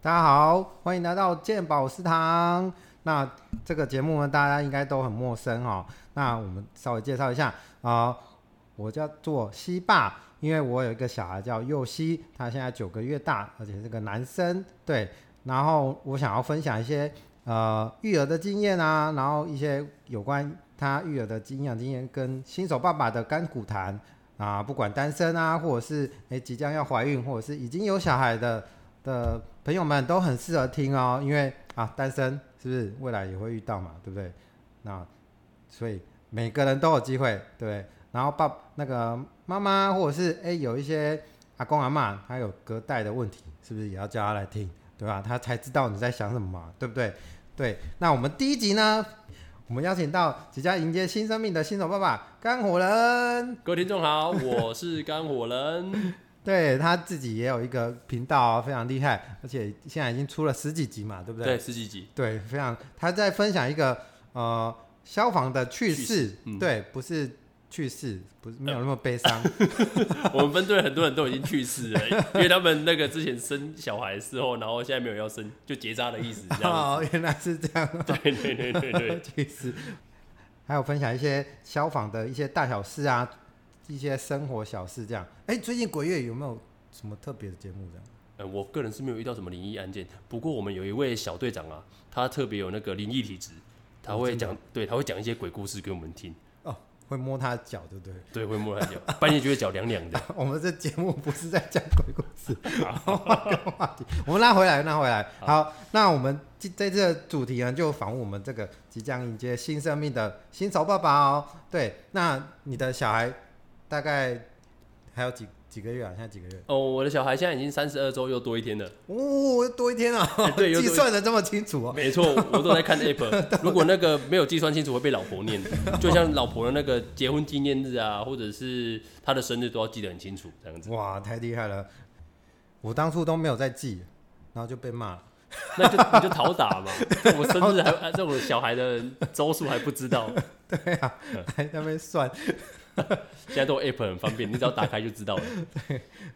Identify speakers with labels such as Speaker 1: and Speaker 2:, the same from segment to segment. Speaker 1: 大家好，欢迎来到鉴宝食堂。那这个节目呢，大家应该都很陌生哦。那我们稍微介绍一下啊、我叫做西爸，因为我有一个小孩叫佑西，他现在九个月大，而且是个男生。对，然后我想要分享一些呃育儿的经验啊，然后一些有关他育儿的经养经验跟新手爸爸的甘苦谈啊，不管单身啊，或者是诶即将要怀孕，或者是已经有小孩的的朋友们都很适合听哦，因为啊，单身是不是未来也会遇到嘛，对不对？那所以每个人都有机会，对不对。然后爸那个妈妈或者是哎、有一些阿公阿嬷，他有隔代的问题，是不是也要叫他来听，对吧？他才知道你在想什么嘛，对不对？对。那我们第一集呢，我们邀请到即将迎接新生命的新手爸爸干火人，
Speaker 2: 各位听众好，我是干火 人，
Speaker 1: 对他自己也有一个频道哦、非常厉害，而且现在已经出了十几集嘛，对不
Speaker 2: 对，十几集，
Speaker 1: 对，非常，他在分享一个呃消防的趣
Speaker 2: 趣
Speaker 1: 事，
Speaker 2: 嗯
Speaker 1: 对，不是趣事，不是没有那么悲 伤，
Speaker 2: 我们分队很多人都已经去世了，因为他们那个之前生小孩之后，然后现在没有要生，就结扎的意思，这 样
Speaker 1: 哦，原来是这样，
Speaker 2: 子。对对对对 对，
Speaker 1: 趣事，还有分享一些消防的一些大小事啊，一些生活小事这样。哎、最近鬼月有没有什么特别的节目这样？
Speaker 2: 呃，我个人是没有遇到什么灵异案件，不过我们有一位小队长啊，他特别有那个灵异体质，他
Speaker 1: 哦
Speaker 2: 会
Speaker 1: 真的
Speaker 2: 讲，对，他会讲一些鬼故事给我们听，
Speaker 1: 哦，会摸他的脚，对不对？
Speaker 2: 对，会摸他脚， 半夜就会脚凉凉的，
Speaker 1: 我们这节目不是在讲鬼故事， 换个话题，我们拉回来，拉回来。好，那我们这这次的主题呢，就访问我们这个即将迎接新生命的新手爸爸哦。对，那你的小孩大概还有几几个月啊？现在几个月？
Speaker 2: 哦，我的小孩现在已经三十二周又多一天了。
Speaker 1: 哦，又多一天啊！
Speaker 2: 哎 对又多一
Speaker 1: 计
Speaker 2: 天
Speaker 1: 算的这么清楚哦。
Speaker 2: 没错，我都在看 app。如果那个没有计算清楚，会被老婆念。就像老婆的那个结婚纪念日啊，或者是她的生日，都要记得很清楚，这样子。
Speaker 1: 哇，太厉害了！我当初都没有在记，然后就被骂了。
Speaker 2: 那就你就讨打嘛。这我生日还啊这我小孩的周数还不知道，
Speaker 1: 对啊，还在那边算。
Speaker 2: 现在都有 app 很方便，你只要打开就知道了。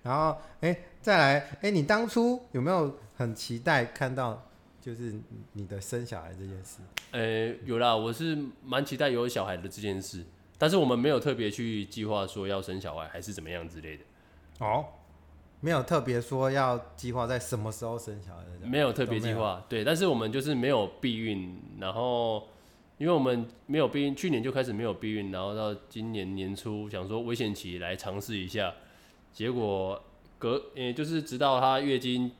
Speaker 1: 然后，哎，再来，哎，你当初有没有很期待看到就是你的生小孩这件事？
Speaker 2: 呃，有啦，我是蛮期待有小孩的这件事，但是我们没有特别去计划说要生小孩还是怎么样之类的，
Speaker 1: 哦，没有特别说要计划在什么时候生小孩的，
Speaker 2: 没有特别计划。对，但是我们就是没有避孕，然后因为我们没有避孕，去年就开始没有避孕，然后到今年年初想说危险期来尝试一下，结果隔也、就是直到她月经，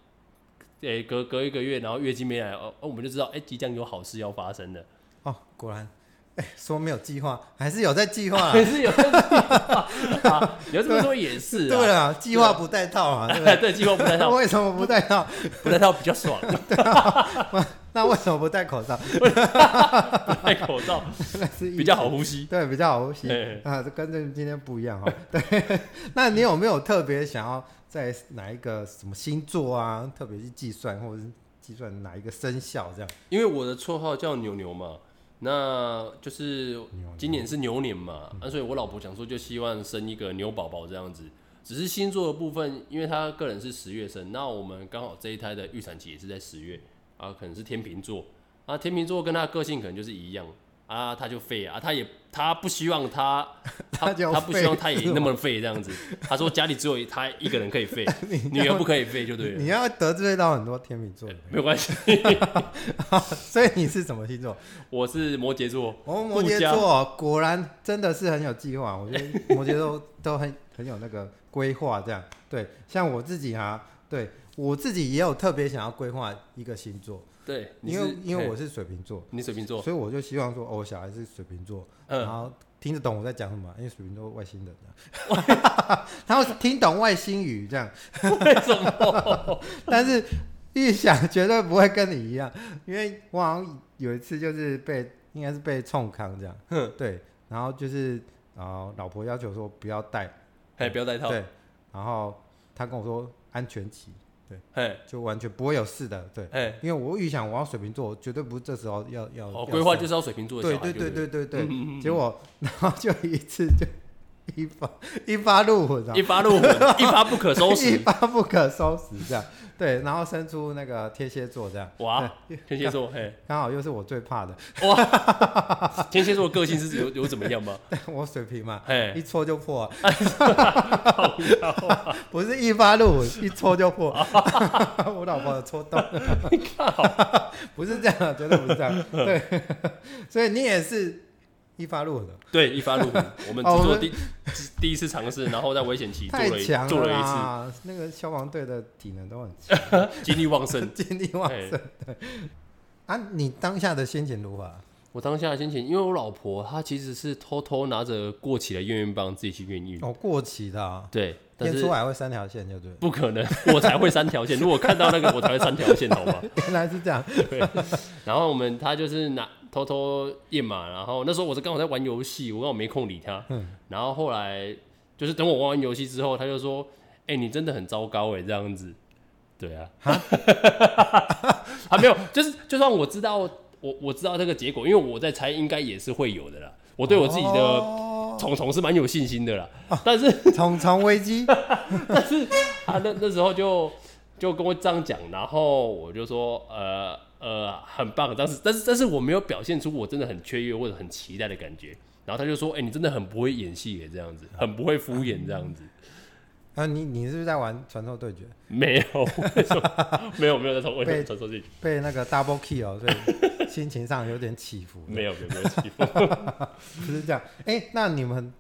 Speaker 2: 诶、隔隔一个月，然后月经没来，哦，哦我们就知道诶、即将有好事要发生了，
Speaker 1: 哦，果然，哎，说没有计划，还是有在计划
Speaker 2: 可
Speaker 1: 啦。
Speaker 2: 是有、啊，你要这么说也是
Speaker 1: 对
Speaker 2: 啊，
Speaker 1: 了，计划不带套啊，对不
Speaker 2: 对计划不
Speaker 1: 对？
Speaker 2: 戴
Speaker 1: 啊
Speaker 2: 套，
Speaker 1: 为什么不带套？
Speaker 2: 不戴套比较爽，
Speaker 1: 那为什么不戴口罩？
Speaker 2: 戴口罩
Speaker 1: 那是一
Speaker 2: 比较好呼吸。
Speaker 1: 对，比较好呼吸
Speaker 2: 哎
Speaker 1: 啊，这跟这今天不一样哦。 对，那你有没有特别想要在哪一个什么星座啊，特别去计算，或者是计算哪一个生肖这样？
Speaker 2: 因为我的绰号叫牛牛嘛，那就是今年是牛年嘛，
Speaker 1: 嗯
Speaker 2: 啊，所以我老婆想说就希望生一个牛宝宝这样子。只是星座的部分，因为她个人是十月生，那我们刚好这一胎的预产期也是在十月啊，可能是天秤座啊，天秤座跟她个性可能就是一样啊，她就废啊，她也她不希望 她
Speaker 1: 她
Speaker 2: 她
Speaker 1: 就
Speaker 2: 她不希
Speaker 1: 废
Speaker 2: 望她也那么废这样子，她说家里只有她一个人可 以废，女儿不可以废就对了
Speaker 1: 你，要得罪到很多天秤 座的朋
Speaker 2: 没有关系，
Speaker 1: 友，所以你是什么星座？
Speaker 2: 我是摩羯座，
Speaker 1: 哦，摩
Speaker 2: 顾
Speaker 1: 羯
Speaker 2: 家
Speaker 1: 座果然真的是很有计划，我觉得摩羯座都很很有那个规划，这样对。像我自己啊，对我自己也有特别想要规划一个星座，
Speaker 2: 对，你
Speaker 1: 因为
Speaker 2: 是
Speaker 1: 因为
Speaker 2: 嘿
Speaker 1: 我是水瓶座，
Speaker 2: 你水瓶座，
Speaker 1: 所以我就希望说，哦，我小孩是水瓶座，然
Speaker 2: 嗯，
Speaker 1: 后听得懂我在讲什么，因为水瓶座外星人啊， 他会听懂外星语这样，
Speaker 2: 为什么？
Speaker 1: 但是预想绝对不会跟你一样，因为我好像有一次就是被应该是被冲康这样，对，然后就是呃老婆要求说不要戴，
Speaker 2: 哎，不要戴套，
Speaker 1: 对，然后他跟我说安全期，
Speaker 2: 哎
Speaker 1: 就完全不会有事的，对，
Speaker 2: 哎，
Speaker 1: 因为我预想我要水瓶座，绝对不是这时候要要
Speaker 2: 哦，
Speaker 1: 要
Speaker 2: 规划
Speaker 1: 生
Speaker 2: 啊就是要水瓶座的
Speaker 1: 对
Speaker 2: 小孩，
Speaker 1: 对对
Speaker 2: 对
Speaker 1: 对对对，
Speaker 2: 嗯嗯嗯
Speaker 1: 结果然后就一次就一发一发入魂啊
Speaker 2: 一，发入魂，一发不可收
Speaker 1: 一
Speaker 2: 拾。
Speaker 1: 发不可收拾这样。对，然后生出那个天蝎座这样，
Speaker 2: 哇，天 蝎座，嘿，
Speaker 1: 刚好又是我最怕的，
Speaker 2: 哇，天蝎座的个性是有有怎么样吗？
Speaker 1: 我水瓶嘛，
Speaker 2: 嘿，
Speaker 1: 一戳就 破啊，不是一发入魂，一戳就破， 我老婆有戳到， 不是这样啊，绝对不是这样，对， 所以你也是一发入魂的，
Speaker 2: 对，一发入魂， 我们
Speaker 1: 哦
Speaker 2: 只
Speaker 1: 我
Speaker 2: 做
Speaker 1: 们
Speaker 2: 第只第一次尝试，然后在危险期做
Speaker 1: 太
Speaker 2: 了一
Speaker 1: 强
Speaker 2: 做了一
Speaker 1: 啦，那个消防队的体能都很强，
Speaker 2: 次，精力旺盛。
Speaker 1: 精力 旺
Speaker 2: 哎
Speaker 1: 盛，对，啊，你当下的心情如何啊？
Speaker 2: 我当下的心情，因为我老婆她其实是偷偷拿着过期的验孕棒自己去验孕，
Speaker 1: 哦，过期的、啊，
Speaker 2: 对，嗯但
Speaker 1: 验
Speaker 2: 是
Speaker 1: 出来会三条线，就对了，
Speaker 2: 不可能，我才会三条线。如果看到那个，我才会三条线，好吗？
Speaker 1: 原来是这样，
Speaker 2: 然后我们他就是拿偷偷验嘛，然后那时候我是刚好在玩游戏，我刚好没空理他。然后后来就是等我玩完游戏之后，他就说：“哎、你真的很糟糕哎、这样子。”对啊， 啊没有，就是就算我知道我我知道这个结果，因为我在猜，应该也是会有的啦。我对我自己的
Speaker 1: 的
Speaker 2: 虫虫是蛮有信心的啦，但是
Speaker 1: 重重哦危机，
Speaker 2: 啊，那那时候就就跟我这样讲，然后我就说，呃呃，很棒，但是但是但是我没有表现出我真的很雀跃或者很期待的感觉。然后他就说，哎、你真的很不会演戏耶，这样子，很不会敷衍这样子。
Speaker 1: 啊，你你是不是在玩传说对决？
Speaker 2: 没有，为什么没有没有在从为什么
Speaker 1: 被
Speaker 2: 传说这句？
Speaker 1: 被那个 double kill，所以心情上有点起伏，
Speaker 2: 没有没有没有欺负。
Speaker 1: 就是这样。哎、那你们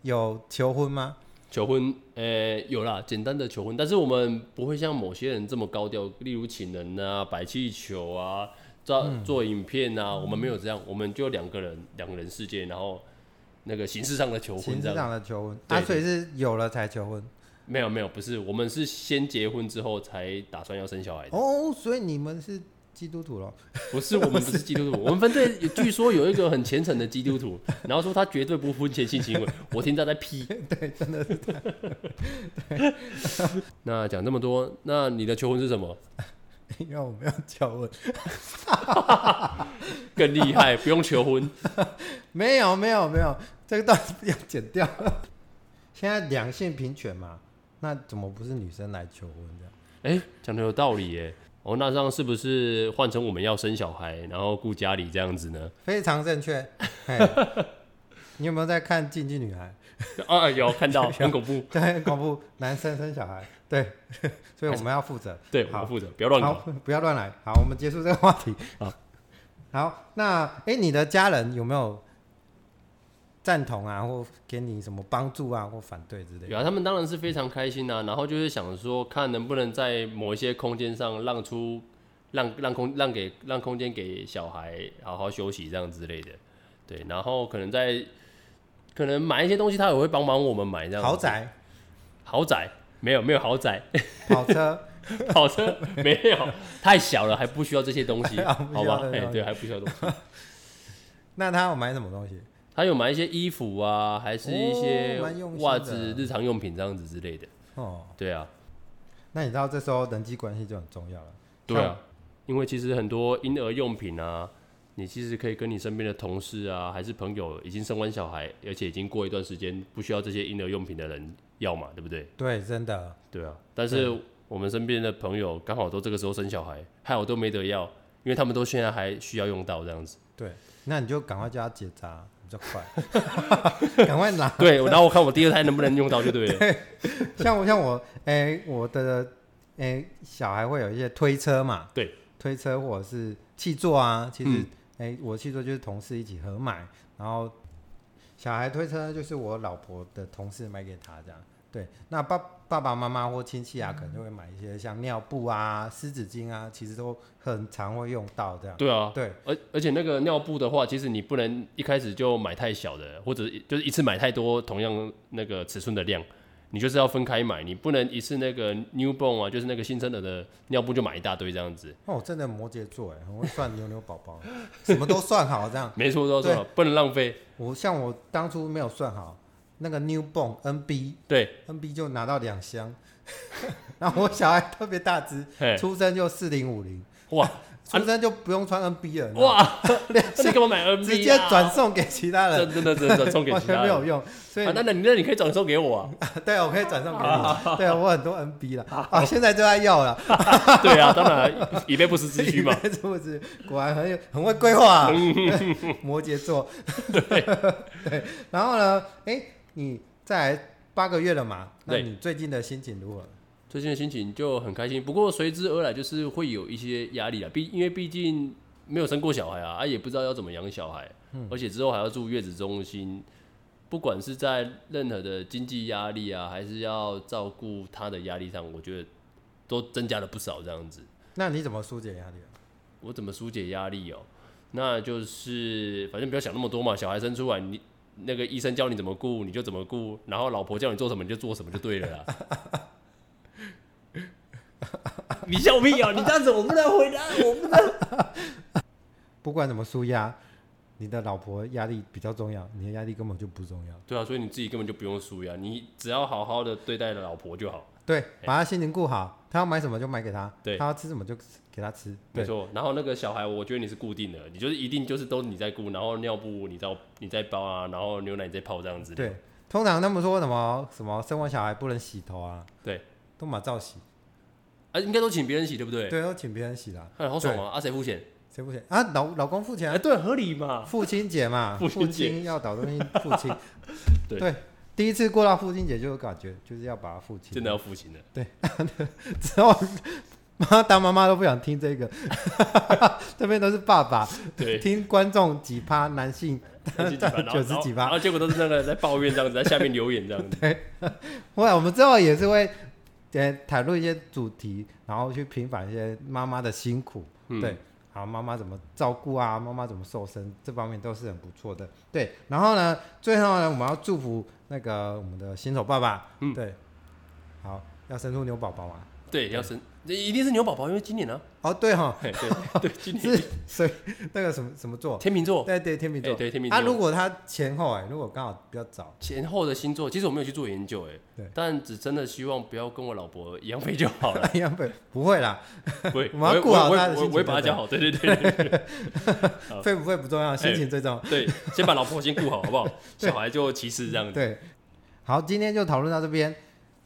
Speaker 1: 有求婚吗？
Speaker 2: 求婚，呃、有啦，简单的求婚，但是我们不会像某些人这么高调，例如请人啊、摆气球啊、做
Speaker 1: 嗯
Speaker 2: 做影片啊，我们没有这样，我们就两个人两个人世界，然后那个形式上的求婚
Speaker 1: 形
Speaker 2: 这
Speaker 1: 式上
Speaker 2: 样，
Speaker 1: 的求婚，
Speaker 2: 对
Speaker 1: 啊，
Speaker 2: 对
Speaker 1: 所以是有了才求婚
Speaker 2: 没有没有，不是，我们是先结婚之后才打算要生小孩的，
Speaker 1: 哦，所以你们是基督徒咯。
Speaker 2: 不是我们不是基督徒，我们分队有据说有一个很虔诚的基督徒，然后说他绝对不婚前性行为，我听他在 批，
Speaker 1: 对，真的是
Speaker 2: 那讲这么多，那你的求婚是什么？
Speaker 1: 因为我没有求婚，
Speaker 2: 更厉害，不用求 婚，
Speaker 1: 没有没有没有，这个段子要剪掉。现在两性平权嘛，那怎么不是女生来求婚这样？
Speaker 2: 哎、讲的有道理耶。哦，那这样是不是换成我们要生小孩，然后顾家里这样子呢？
Speaker 1: 非常正确。嘿你有没有在看《禁忌女孩》？
Speaker 2: 啊，有看 到，很恐怖。
Speaker 1: 对，恐怖男生生小孩，对，所以我们要负责。
Speaker 2: 对，
Speaker 1: 好
Speaker 2: 我负责，不要乱
Speaker 1: 好
Speaker 2: 搞。，
Speaker 1: 不要乱来。好，我们结束这个话题。
Speaker 2: 好，
Speaker 1: 好，那哎、诶你的家人有没有赞同啊，或给你什么帮助啊，或反对之类的？
Speaker 2: 有啊，他们当然是非常开心啊，然后就是想说，看能不能在某一些空间上让出，让让空让给让空间给小孩好好休息这样之类的。对，然后可能在可能买一些东西，他也会帮忙我们买这样子。
Speaker 1: 豪宅、
Speaker 2: 豪宅没有没有豪宅，
Speaker 1: 跑车，
Speaker 2: 跑车没有，太小了，还不需要这些东 西，
Speaker 1: 还不
Speaker 2: 好
Speaker 1: 需要
Speaker 2: 吧？
Speaker 1: 这些
Speaker 2: 哎、
Speaker 1: 东西
Speaker 2: 对，还不需要东西。
Speaker 1: 那他有买什么东西？
Speaker 2: 他有买一些衣服啊，还是一些
Speaker 1: 哦蛮用心的
Speaker 2: 袜子、日常用品这样子之类的。
Speaker 1: 哦，
Speaker 2: 对啊，
Speaker 1: 那你知道这时候人际关系就很重要了。
Speaker 2: 对啊，因为其实很多婴儿用品啊，你其实可以跟你身边的同事啊，还是朋友已经生完小孩，而且已经过一段时间不需要这些婴儿用品的人要嘛，对不对？
Speaker 1: 对，真的，
Speaker 2: 对啊，但是我们身边的朋友刚好都这个时候生小孩，害我都没得要，因为他们都现在还需要用到这样子。
Speaker 1: 对，那你就赶快叫他结扎，比较快，赶快 拿。
Speaker 2: 对，然后我看我第二胎能不能用到就对了。
Speaker 1: 像我像我，哎、我的哎、小孩会有一些推车嘛，
Speaker 2: 对，
Speaker 1: 推车或者是气座啊，其实
Speaker 2: 嗯
Speaker 1: 哎、我气座就是同事一起合买，然后小孩推车就是我老婆的同事买给他这样。对，那爸爸爸妈妈或亲戚啊，可能就会买一些像尿布啊、湿纸巾啊，其实都很常会用到这样。
Speaker 2: 对啊，
Speaker 1: 对，
Speaker 2: 而而且那个尿布的话，其实你不能一开始就买太小的，或者就是一次买太多同样那个尺寸的量，你就是要分开买，你不能一次那个 newborn 啊，就是那个新生儿的尿布就买一大堆这样子，
Speaker 1: 哦，真的摩羯座哎，很会算牛牛宝宝，什么都算好这样。
Speaker 2: 没错，没错，不能浪费。
Speaker 1: 我像我当初没有算好那个 newborn NB
Speaker 2: 对，
Speaker 1: NB 就拿到两箱，然后我小孩特别大只，
Speaker 2: 嘿，
Speaker 1: 出生就四零五零，
Speaker 2: 哇，
Speaker 1: 出生就不用穿 NB 了，你知道吗，
Speaker 2: 啊哇， 那你干嘛买 NB？、啊、
Speaker 1: 直接转送给其他人，
Speaker 2: 真真的真的送给
Speaker 1: 完
Speaker 2: 其他
Speaker 1: 全
Speaker 2: 人
Speaker 1: 没有用。所以
Speaker 2: 啊，那那你那你可以转送给我啊，
Speaker 1: 对，我可以转送给你。对我很多 NB 了啊，现在就在要了，
Speaker 2: 对啊，当然以备不时之需嘛。
Speaker 1: 是不是？果然很有很会规划啊，摩羯座。 对然后呢？哎，你再来八个月了嘛？那
Speaker 2: 对
Speaker 1: 你最近的心情如何？
Speaker 2: 最近的心情就很开心，不过随之而来就是会有一些压力啊，毕因为毕竟没有生过小孩啊，啊也不知道要怎么养小孩，而且之后还要住月子中心，不管是在任何的经济压力啊，还是要照顾他的压力上，我觉得都增加了不少这样子。
Speaker 1: 那你怎么疏解压力啊？
Speaker 2: 我怎么疏解压力哦？那就是反正不要想那么多嘛，小孩生出来你。那个医生教你怎么顾，你就怎么顾；然后老婆叫你做什么，你就做什么，就对了啦。你笑屁啊！你这样子我不能回答，我不能。
Speaker 1: 不管怎么舒压，你的老婆压力比较重要，你的压力根本就不重要。
Speaker 2: 对啊，所以你自己根本就不用输呀，你只要好好的对待老婆就好。
Speaker 1: 对，把她心情顾好，她要买什么就买给她，
Speaker 2: 对
Speaker 1: 她要吃什么就给她吃。
Speaker 2: 没
Speaker 1: 对，
Speaker 2: 错，然后那个小孩，我觉得你是固定的，你就是一定就是都你在顾，然后尿布你在你在包啊，然后牛奶你在泡这样子。
Speaker 1: 对，通常他们说什么什么生完小孩不能洗头啊，
Speaker 2: 对，
Speaker 1: 都马照洗，
Speaker 2: 啊，应该都请别人洗，对不对？
Speaker 1: 对，都请别人洗啦，
Speaker 2: 哎，好爽啊！啊，谁付钱？
Speaker 1: 谁不钱啊？老老公付钱
Speaker 2: 哎，
Speaker 1: 啊，
Speaker 2: 对，合理嘛。
Speaker 1: 父亲节嘛，
Speaker 2: 父
Speaker 1: 父
Speaker 2: 亲节
Speaker 1: 亲要找东西，父亲
Speaker 2: 对
Speaker 1: 第一次过到父亲节就有感觉，就是要把它父亲
Speaker 2: 真的哦要付钱的。
Speaker 1: 之后，妈当妈妈都不想听这个， 这边都是爸爸，
Speaker 2: 对，
Speaker 1: 听观众几趴男性
Speaker 2: 90几吧然后
Speaker 1: 九十几吧
Speaker 2: 然后然后结果都是那个在抱怨这样子，在下面留言这样子。
Speaker 1: 后来我们之后也是会呃讨论一些主题，然后去平反一些妈妈的辛苦，
Speaker 2: 嗯
Speaker 1: 对，好妈妈怎么照顾啊，妈妈怎么瘦身，这方面都是很不错的，对。然后呢，最后呢，我们要祝福那个我们的新手爸爸，
Speaker 2: 嗯
Speaker 1: 对，好，要生出牛宝宝嘛，
Speaker 2: 对，要生，这一定是牛宝宝，因为今年呢，
Speaker 1: 哦对哈，
Speaker 2: 嘿 对对，今 年
Speaker 1: 是所以那个什么什么座，
Speaker 2: 天秤座
Speaker 1: 对对天秤座
Speaker 2: 哎，对天秤
Speaker 1: 啊，
Speaker 2: 座
Speaker 1: 如果他前后哎、如果刚好比较早，
Speaker 2: 前后的星座，其实我没有去做研究，哎
Speaker 1: 对，
Speaker 2: 但只真的希望不要跟我老婆一样肥就 好了。
Speaker 1: 一样不不会啦，
Speaker 2: 不会
Speaker 1: 我
Speaker 2: 我
Speaker 1: 们
Speaker 2: 会
Speaker 1: 要顾好
Speaker 2: 我会
Speaker 1: 她的
Speaker 2: 我
Speaker 1: 心
Speaker 2: 会
Speaker 1: 情
Speaker 2: 我会把她教好，对对对对好哎
Speaker 1: 会不会不重要，心情最重要。
Speaker 2: 对， 先把老婆先顾好，好不好？
Speaker 1: 对
Speaker 2: 小孩就其次这样子。
Speaker 1: 对，好，今天就讨论到这边。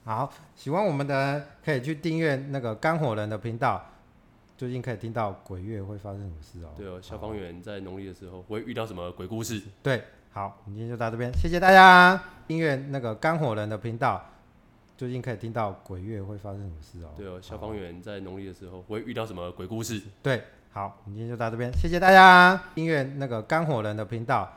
Speaker 1: 好，喜欢我们的人可以去订阅那个干火人的频道。最近可以听到鬼月会发生什么事哦。
Speaker 2: 对哦，消防员在农历的时候会遇到什么鬼故事？
Speaker 1: 对，好，我们今天就到这边，谢谢大家订阅那个干火人的频道。最近可以听到鬼月会发生什么事哦。
Speaker 2: 对哦，消防员在农历的时候会遇到什么鬼故事？
Speaker 1: 对，好，我们今天就到这边，谢谢大家订阅那个干火人的频道。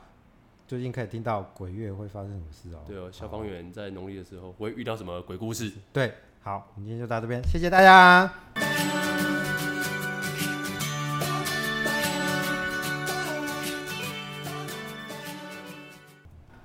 Speaker 1: 最近可以听到鬼月会发生什么事哦。
Speaker 2: 对哦，消防员在农历的时候会遇到什么鬼故事？
Speaker 1: 对，好，我们今天就到这边，谢谢大家